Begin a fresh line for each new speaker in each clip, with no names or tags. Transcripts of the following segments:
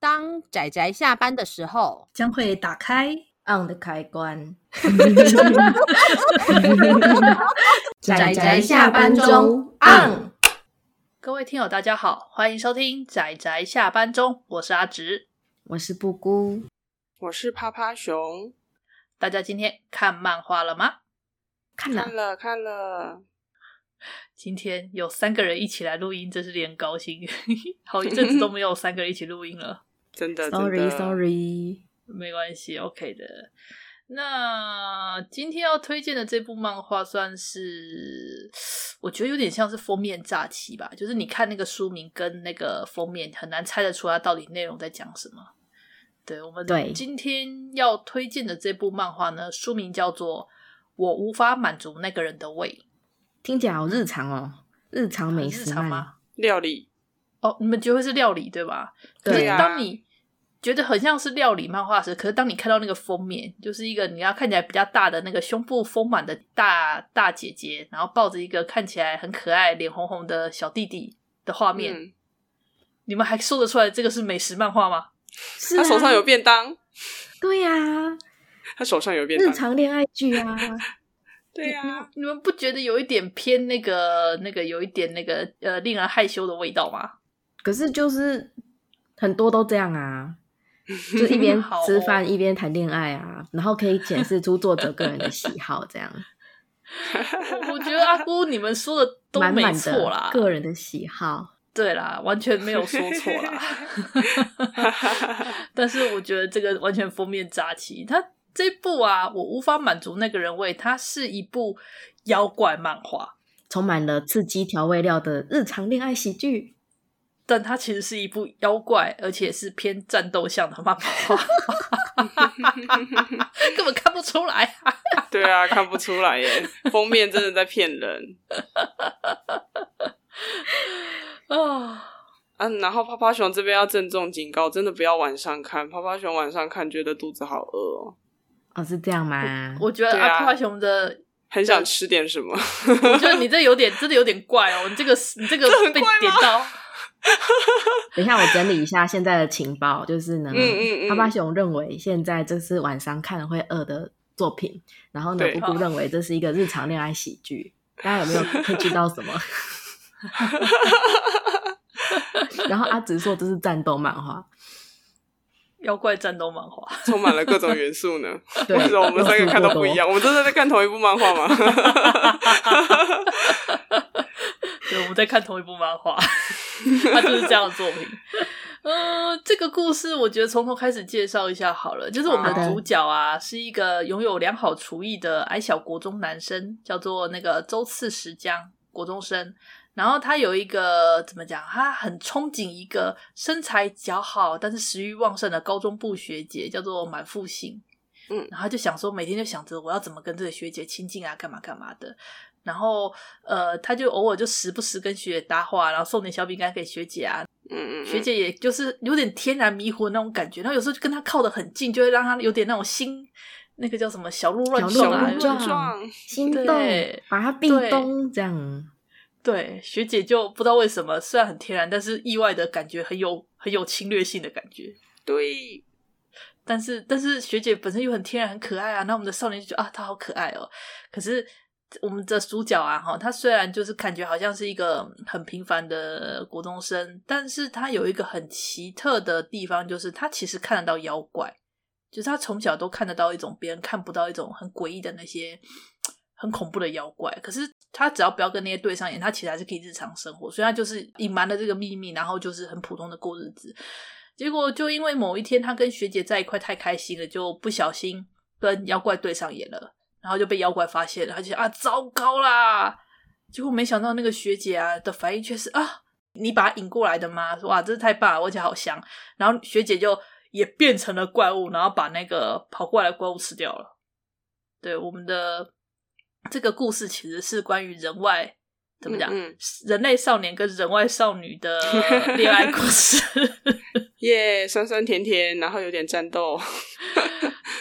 当仔仔下班的时候，
将会打开。
on 的开关。
宅宅下班中
on。
各位听友，大家好，欢迎收听仔仔下班中，我是阿直。
我是布姑，
我是趴趴熊，
大家今天看漫画了吗？
看了
看了看了，
今天有三个人一起来录音，真是令高兴。 好一阵子都没有三个人一起录音了。
真的真
，sorry
的
sorry，
没关系，OK 的。那今天要推荐的这部漫画，算是我觉得有点像是封面诈欺吧，就是你看那个书名跟那个封面，很难猜得出它到底内容在讲什么。对我们
对
今天要推荐的这部漫画呢，书名叫做《我无法满足那个人的胃
听起来好日常哦，日常》，美
日
食
常
漫
吗？，
料理
哦，你们觉得会是料理对吧？可是
对
啊
当你觉得很像是料理漫画时，可是当你看到那个封面，就是一个你要看起来比较大的那个胸部丰满的大大姐姐，然后抱着一个看起来很可爱、脸红红的小弟弟的画面，
嗯，
你们还说得出来这个是美食漫画吗？
是啊
他手上有便当，
对呀，
他手上有便
日
当，
常恋爱剧啊，
对呀，
你们不觉得有一点偏那个那个有一点那个呃令人害羞的味道吗？
可是就是很多都这样啊。就一边
好哦
吃饭一边谈恋爱啊，然后可以显示出作者个人的喜好，这样
我我觉得阿姑你们说的 都
满
没
满
错啦
的，个人的喜好。
对啦，完全没有说错 啦。但是我觉得这个完全封面扎起，它这部啊，我无法满足那个人味，它是一部妖怪漫画，
充满了刺激调味料的日常恋爱喜剧，
但它其实是一部妖怪，而且是偏战斗向的漫画， 根本看不出来啊、
对啊，看不出来耶，封面真的在骗人。
啊
嗯，然后趴趴熊这边要郑重警告，真的不要晚上看。趴趴熊晚上看觉得肚子好饿哦，
哦，是这样吗？
我觉得
对啊
阿帕熊的，
很想吃点什么。
我觉得你这有点真的有点怪哦，你这个你这个
这很
被
怪吗
点到。
等一下，我整理一下现在的情报，就是呢，
嗯嗯嗯
哈巴熊认为现在这是晚上看会饿的作品，然后呢，
对
布布
哦
认为这是一个日常恋爱喜剧， 大家有没有可以知道什么？ 然后阿直说这是战斗漫画，
妖怪战斗漫画，
充满了各种元素呢。
对，
为什么我们三个看到不一
又是
样？我们真的在看同一部漫 画吗？
对，我们在看同一部漫画， 它就是这样的作品。呃，这个故事我觉得从头开始介绍一下好了，就是我们
好
的
的
主角啊，是一个拥有良好厨艺的矮小国中男生，叫做那个周次石江，国中生。然后他有一个怎么讲？他很憧憬一个身材姣好但是食欲旺盛的高中部学姐，叫做满腹星。
嗯
然后他就想说，每天就想着我要怎么跟这个学姐亲近啊，干嘛干嘛的。然后呃，他就偶尔就时不时跟学姐搭话，然后送点小饼干给学姐啊。
嗯嗯，
学姐也就是有点天然迷糊的那种感觉，然后有时候就跟她靠得很近，就会让她有点那种心，那个叫什么小鹿乱
小鹿
撞
小
啊。
乱
鹿
撞
撞，
心动
对，
把它壁
对
咚这样，
对，学姐就不知道为什么，虽然很天然，但是意外的感觉很有很有侵略性的感觉。
对，
但是但是学姐本身又很天然很可爱啊，那我们的少年就觉得啊，她好可爱哦。可是我们的主角啊，哈，他虽然就是感觉好像是一个很平凡的国中生，但是他有一个很奇特的地方，就是他其实看得到妖怪，就是他从小都看得到一种别人看不到一种很诡异的那些很恐怖的妖怪。可是他只要不要跟那些对上眼，他其实还是可以日常生活，所以他就是隐瞒了这个秘密，然后就是很普通的过日子。结果就因为某一天他跟学姐在一块太开心了，就不小心跟妖怪对上眼了。然后就被妖怪发现了，他就想啊，糟糕啦！结果没想到那个学姐啊的反应却是啊，你把它引过来的吗？哇，真是太棒了，我觉得好香。然后学姐就也变成了怪物，然后把那个跑过来的怪物吃掉了。对，我们的这个故事其实是关于人外怎么讲，
嗯嗯
人类少年跟人外少女的恋爱故事。
耶，酸酸甜甜，然后有点战斗。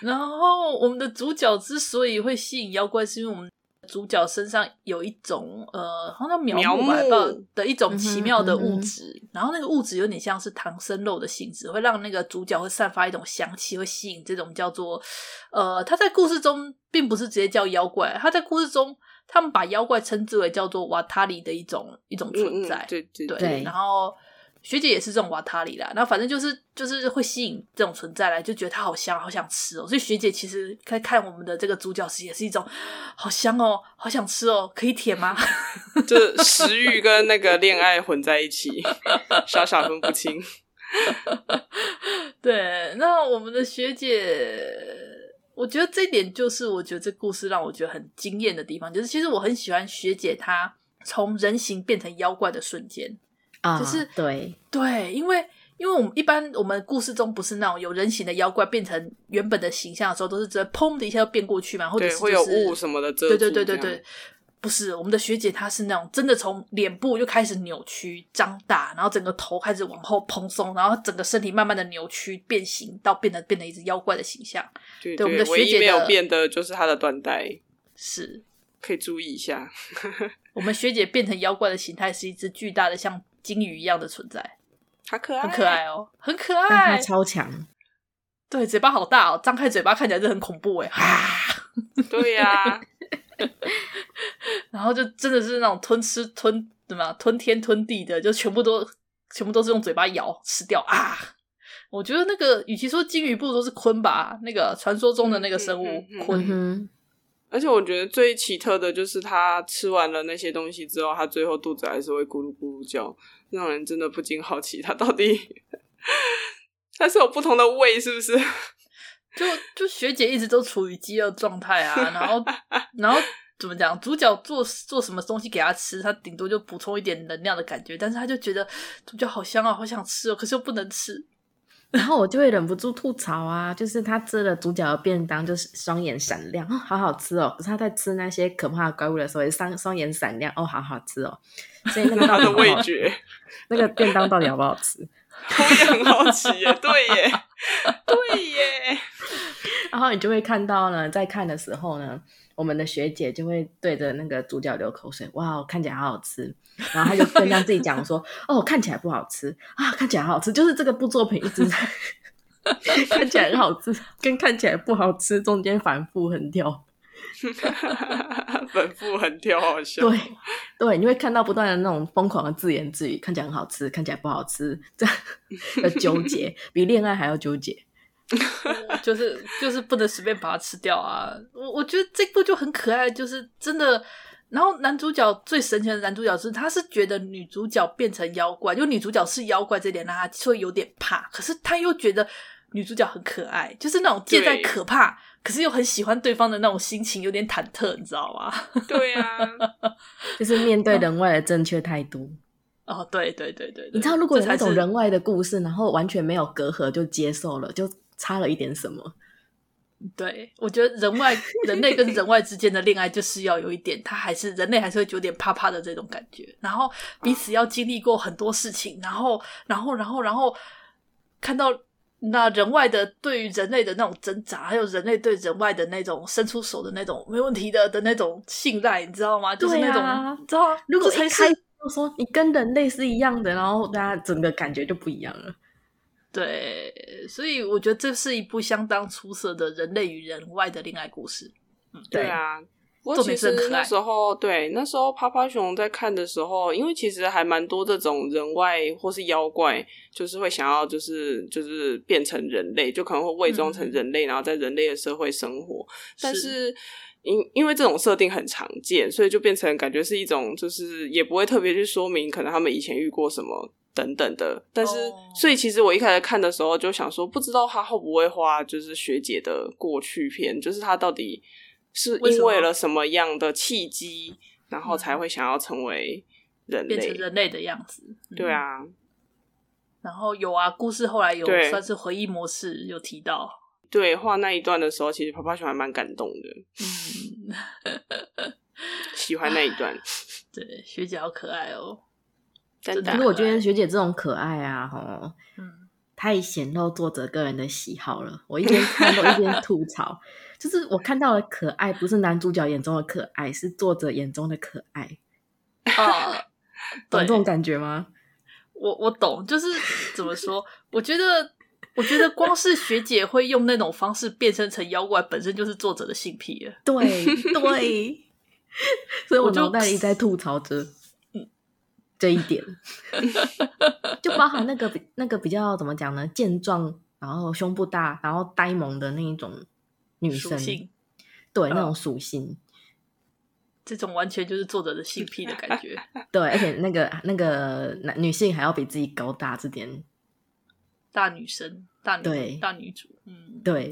然后我们的主角之所以会吸引妖怪，是因为我们主角身上有一种呃，好像
苗
苗
木
木吧不知道的一种奇妙的
嗯哼嗯
物
哼
质，然后那个物质有点像是唐僧肉的性质，会让那个主角会散发一种香气，会吸引这种叫做呃，他在故事中并不是直接叫妖怪，他在故事中他们把妖怪称之为叫做瓦塔里的一种一种存
嗯
在，
嗯，对对
对，
对
然后学姐也是这种瓦塔里啦，然后反正就是就是会吸引这种存在来，就觉得它好香，好想吃哦。所以学姐其实在看我们的这个主角时，也是一种好香哦，好想吃哦，可以舔吗？
就是食欲跟那个恋爱混在一起， 傻傻分不清。
对，那我们的学姐，我觉得这一点就是我觉得这故事让我觉得很惊艳的地方，就是其实我很喜欢学姐她从人形变成妖怪的瞬间。
啊，
就是
对，
对，因为因为我们一般我们故事中不是那种有人形的妖怪变成原本的形象的时候，都是直接砰的一下就变过去嘛，或者
对，
是、就是、
会有雾什么的遮
对
住。
对对对对，，不是我们的学姐，她是那种真的从脸部就开始扭曲、张大，然后整个头开始往后蓬松，然后整个身体慢慢的扭曲变形，到变得变得一只妖怪的形象。
对
对我们的学
唯一
姐
没有
的
变的就是她的缎带，
是
可以注意一下。
我们学姐变成妖怪的形态是一只巨大的像鲸鱼一样的存在，
好可爱，
很可。爱哦，很可
但他
爱。
超强，
对，嘴巴好大哦，张开嘴巴看起来就很恐怖哎，啊！
对呀、
然后就真的是那种吞吃吞怎么样吞天吞地的，就全部都全部都是用嘴巴咬吃掉啊！我觉得那个与其说鲸鱼，不如说是鲲吧，那个传说中的那个生物
嗯嗯嗯嗯
鲲。
嗯哼，
而且我觉得最奇特的就是他吃完了那些东西之后，他最后肚子还是会咕噜咕噜叫，让人真的不禁好奇他到底 他是有不同的胃是不是？
就就学姐一直都处于饥饿状态啊， 然后然后怎么讲？主角做做什么东西给他吃，他顶多就补充一点能量的感觉，但是他就觉得主角好香啊，好想吃哦，可是又不能吃。
然后我就会忍不住吐槽啊，就是他吃了主角的便当，就是双眼闪亮，哦，好好吃哦。可是他在吃那些可怕的怪物的时候，也双双眼闪亮，哦，好好吃哦。所以那个到
他
底
的
好不
味
好，
觉，
那个便当到底好不好吃？
我也很好奇 耶，对耶，对耶，
然后你就会看到呢，在看的时候呢，我们的学姐就会对着那个主角流口水，哇，哦看起来好好吃。然后她就跟她自己讲说，哦，看起来不好吃啊，看起来好好吃，就是这个部作品一直在 看起来很好吃，跟看起来不好吃中间反复横跳。
本腹横跳，好笑。
对对，你会看到不断的那种疯狂的自言自语，看起来很好吃，看起来不好吃，这样 的纠结，比恋爱还要纠结。
就是就是不能随便把它吃掉啊！我我觉得这部就很可爱，就是真的。然后男主角最神奇的男主角是，他是觉得女主角变成妖怪，就女主角是妖怪这点让他会有点怕，可是他又觉得女主角很可爱，就是那种介在
对
可怕，可是又很喜欢对方的那种心情，有点忐忑，你知道吗？
对啊呀、
就是面对
啊
人外的正确态度。
哦，对对对对对
你知道，如果有
这才
那种
是
人外的故事，然后完全没有隔阂就接受了，就差了一点什么。
对，我觉得人外人类跟人外之间的恋爱就是要有一点，他还是人类还是会有点怕怕的这种感觉，然后彼此要经历过很多事情，然后然后然后然后看到那人外的对于人类的那种挣扎，还有人类对人外的那种伸出手的那种没问题的的那种信赖，你知道吗？就是那
对
种、
啊
你知道吗？
如果
这
一
才
开
是
始就说你跟人类是一样的，然后大家整个感觉就不一样了。
对，所以我觉得这是一部相当出色的人类与人外的恋爱故事。
对啊。不
重
过其
点是
实
很可爱
那时候，对那时候趴趴熊在看的时候，因为其实还蛮多这种人外或是妖怪，就是会想要就是就是变成人类，就可能会伪装
嗯
成人类，然后在人类的社会生活。但是因因为这种设定很常见，所以就变成感觉是一种，就是也不会特别去说明，可能他们以前遇过什么等等的。但是，
哦
所以其实我一开始看的时候就想说，不知道他会不会画就是学姐的过去篇，就是他到底是
为什
因
么嗯
为了什么样的契机，然后才会想要成为人类
变。成人类的样子，嗯
对啊，
然后有啊，故事后来有
对
算是回忆模式有提到，
对画那一段的时候，其实泡泡熊还蛮感动的，
嗯，
喜欢那一段。
对，学姐好可爱哦，
真
啊真的
的
啊
可是我觉得学姐这种可爱啊，吼，
嗯，
太显露作者个人的喜好了。我一边看都 一边吐槽，就是我看到了可爱，不是男主角眼中的可爱，是作者眼中的可爱，
哦，
懂
对
这种感觉 吗？
我我懂，就是怎么说？我觉得，我觉得光是学姐会用那种方式变身成妖怪，本身就是作者的性癖了。
对对， 所以我
我就嗯
脑袋里在吐槽着，这一 点，就包含那个比那个比较怎么讲呢，健壮，然后胸部大，然后呆萌的那一种女
属
生，
性
对那
嗯
种属性，
这种完全就是作者的性癖的 感觉。
对，而且那个那个男女性还要比自己高大，这点
大女生，大
对
女，大女主，嗯，
对，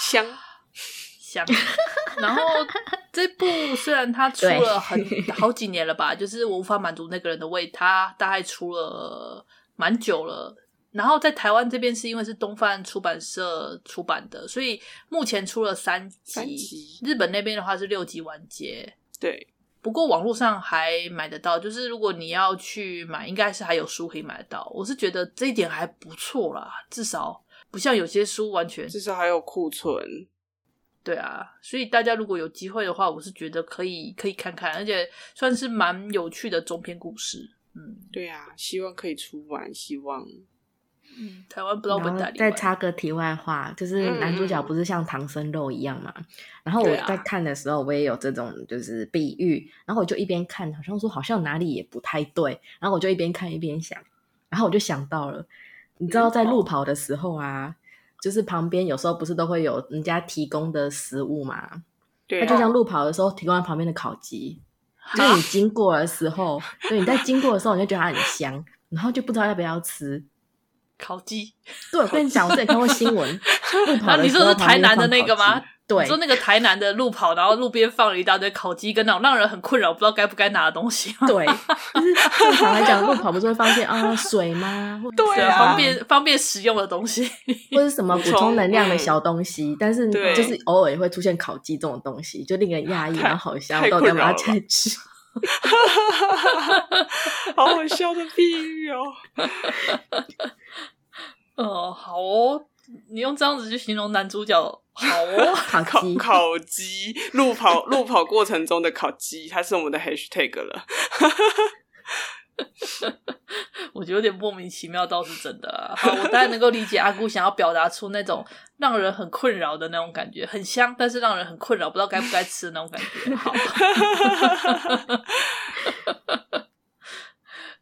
香，
香。然后这部虽然它出了很好几年了吧，就是我无法满足那个人的胃，它大概出了蛮久了。然后在台湾这边是因为是东贩出版社出版的，所以目前出了三集。
三集
日本那边的话是六集完结，
对，
不过网络上还买得到。就是如果你要去买，应该是还有书可以买得到。我是觉得这一点还不错啦，至少不像有些书完全
至少还有库存。
对啊，所以大家如果有机会的话，我是觉得可以可以看看，而且算是蛮有趣的中篇故事。嗯
对啊，希望可以出完，希望
嗯，台湾不知道
然
会不
后
会代理
再
完
插个题外话，就是
嗯
男主角
嗯
不是像唐僧肉一样嘛？然后我
对啊
在看的时候，我也有这种就是比喻，然后我就一边看，好像说好像哪里也不太对，然后我就一边看一边想，然后我就想到了，你知道在路跑的时候啊，就是旁边有时候不是都会有人家提供的食物嘛？他
对啊，
就像路跑的时候提供在旁边的烤鸡，就是你经过的时候，对，你在经过的时候你就觉得它很香，然后就不知道要不要吃，
烤鸡，
对，我跟你讲，我之前看过新 闻，路跑
啊，
的
你
时
说
候
是
旁
台
边
南的
放
那
烤
个吗
鸡？对
你，说那个台南的路跑，然后路边放了一大堆烤鸡，跟那种让人很困扰、不知道该不该拿的东西吗？
对，就是正常来讲，路跑不是会放一些啊水吗？或者
对
什
对
么
啊，
啊
方便方便食用的 东西。
或者什么补充能量的小东西，但是
对
就是偶尔也会出现烤鸡这种东西，就令人压抑，
太
然后好香，
太
我到底要
困
不要
扰了
再吃？
好好笑的比 喻哦。
哦，好哦，你用这样子去形容男主角，好哦。
烤
烤
鸡，
烤鸡，路跑路跑过程中的烤鸡，它是我们的 hashtag 了。
我觉得有点莫名其妙，倒是真的、啊。好，我当然能够理解阿姑想要表达出那种让人很困扰的那种感觉，很香，但是让人很困扰，不知道该不该吃的那种感觉。好，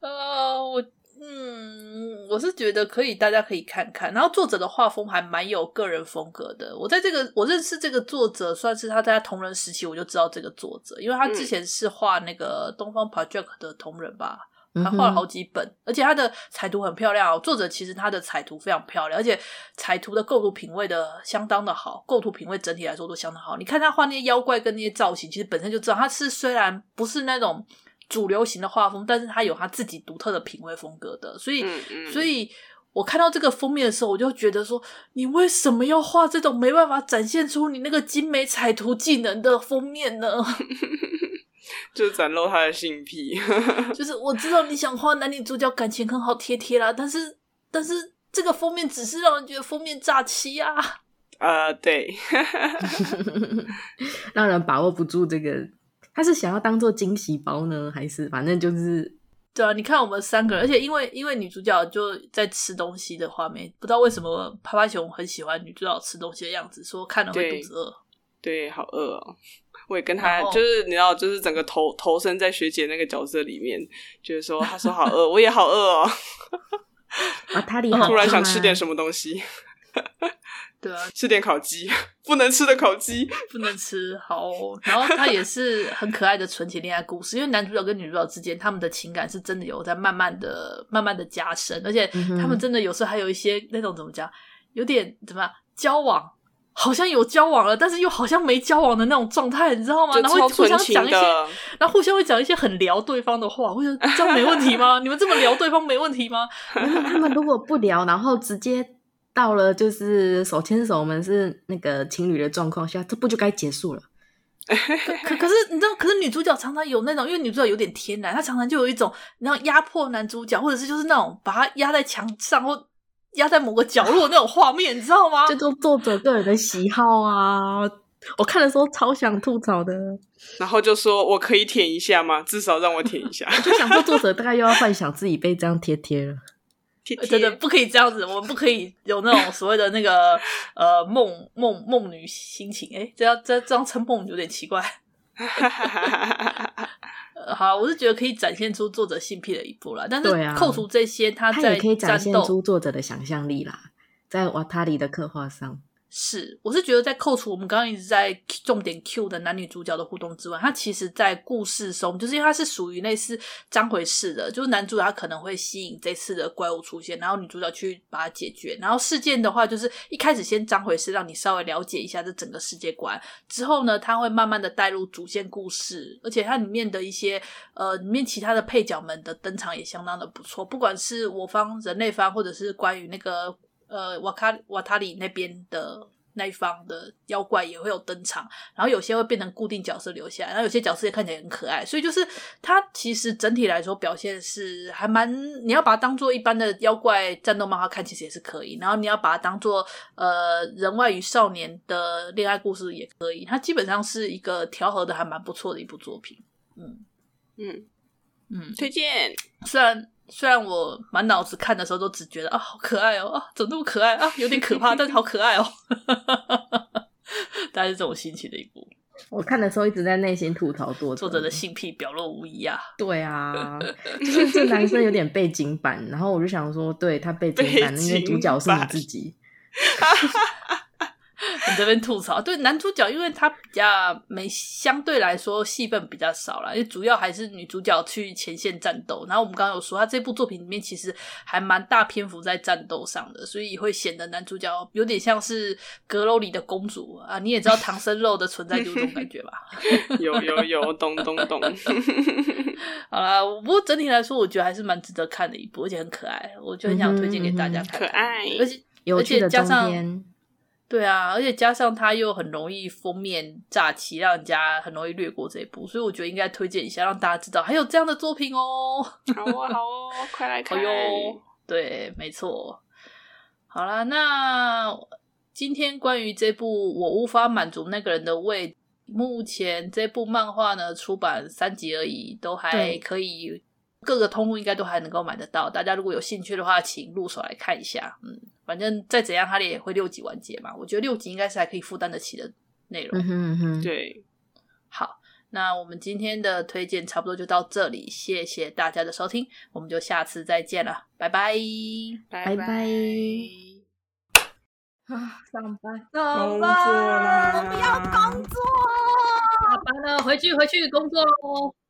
呃，我嗯，我是觉得可以，大家可以看看。然后作者的画风还蛮有个人风格的。我在这个我认识这个作者，算是他在他同人时期我就知道这个作者，因为他之前是画那个东方 Project 的同人吧。
嗯
他
哼
画啊了好几本，而且他的彩图很漂亮、哦。作者其实他的彩图非常漂亮，而且彩图的构图品味的相当的好，构图品味整体来说都相当好。你看他画那些妖怪跟那些造型，其实本身就知道他是虽然不是那种主流型的画风，但是他有他自己独特的品味风格的，所以。
嗯嗯，
所以我看到这个封面的时候，我就觉得说，你为什么要画这种没办法展现出你那个精美彩图技能的封面呢？
就展露他的性癖。
就是我知道你想画男女主角感情很好贴贴啦，但是但是这个封面只是让人觉得封面炸欺啊！
呃，对，
让人把握不住这个。他是想要当做惊喜包呢，还是反正就是
对啊，你看我们三个人，而且因为因为女主角就在吃东西的画面，不知道为什么趴趴熊很喜欢女主角吃东西的样子，说看了会
对
肚子饿。
对，好饿哦。我也跟他
然后
就是你知道，就是整个投投身在学姐那个角色里面，就是说他说好饿，我也好饿 哦，
啊，他里好
突然想
胖
吃
啊
点什么东西，
嗯 对啊，
吃点烤鸡，不能吃的烤鸡。
不能吃，好、哦。 然后它也是很可爱的纯情恋爱故事，因为男主角跟女主角之间，他们的情感是真的有在慢慢的、慢慢的加深，而且
嗯哼
他们真的有时候还有一些那种怎么讲，有点怎么样交往。好像有交往了，但是又好像没交往的那种状态，你知道吗？
就
然后会
超
互
纯
相
情
讲一些
的，
然后互相会讲一些很聊对方的话，我觉得这样没问题吗？ 你们这么聊对方没问题吗？
那他们如果不聊，然后直接到了就是手牵手，我们是那个情侣的状况下，这不就该结束了？
可可是你知道，可是女主角常常有那种，因为女主角有点天然，她常常就有一种然后压迫男主角，或者是就是那种把他压在墙上或压在某个角落那种画面，你知道吗？
这都作者个人的喜好啊。我看的时候超想吐槽的，
然后就说我可以舔一下吗？至少让我 舔一下。
我就想说，作者大概又要幻想自己被这样贴贴了。
贴
呃
贴
真的不可以这样子，我们不可以有那种所谓的那个呃梦梦梦女心情。哎，这要这这样称梦有点奇怪。呃好，我是觉得可以展现出作者性癖的一部啦，但是
对啊
扣除这些，他
它
在
也可以展
战
现
斗
出作者的想象力啦，在瓦塔里的刻画上，
是，我是觉得在扣除我们刚刚一直在 Q- 重点 Q 的男女主角的互动之外，它其实在故事中，就是因为它是属于类似章回式的，就是男主角他可能会吸引这次的怪物出现，然后女主角去把它解决，然后事件的话就是一开始先章回式，让你稍微了解一下这整个世界观，之后呢，它会慢慢的带入主线故事，而且它里面的一些呃，里面其他的配角们的登场也相当的不错，不管是我方人类方，或者是关于那个呃瓦卡瓦塔里那边的那一方的妖怪也会有登场，然后有些会变成固定角色留下来，然后有些角色也看起来很可爱，所以就是它其实整体来说表现是还蛮，你要把它当做一般的妖怪战斗漫画看，其实也是可以，然后你要把它当做呃人外与少年的恋爱故事也可以，它基本上是一个调和的还蛮不错的一部作品，嗯
嗯，
嗯，
推荐。
虽然虽然我满脑子看的时候都只觉得啊好可爱哦啊怎么那么可爱啊有点可怕，但是好可爱哦，大概是这种心情的一部
我看的时候一直在内心吐槽作者
作者的性癖表露无遗啊，
对啊， 就是这男生有点背景板，然后我就想说，对他背景 板，
背
因为
景
主角是你
板
自己，
你这边吐槽对男主角，因为他比较没相对来说戏份比较少啦，因为主要还是女主角去前线战斗。然后我们刚刚有说，他这部作品里面其实还蛮大篇幅在战斗上的，所以会显得男主角有点像是阁楼里的公主啊。你也知道唐僧肉的存在就是这种感觉吧？
有有有，懂懂懂。
好啦，我不过整体来说，我觉得还是蛮值得看的一部，而且很可爱，我就很想推荐给大家看看
嗯哼嗯哼 可爱
而且
有
而
趣
且
的
加
中
上
间，
对啊，而且加上它又很容易封面炸旗，让人家很容易略过这一部，所以我觉得应该推荐一下，让大家知道还有这样的作品哦。
好哦好哦，快来
哎
看。
呦，对，没错。好啦，那今天关于这部我无法满足那个人的胃，目前这部漫画呢出版三集而已，都还
对
可以，各个通路应该都还能够买得到。大家如果有兴趣的话，请入手来看一下。嗯，反正再怎样，它也会六集完结嘛，我觉得六集应该是还可以负担得起的内容。
嗯哼嗯哼，
对，
好，那我们今天的推荐差不多就到这里，谢谢大家的收听，我们就下次再见了，拜拜。
拜
拜拜啊，上班上
工作
班，
啦！不要工作。
下班了，回去回去工作喽。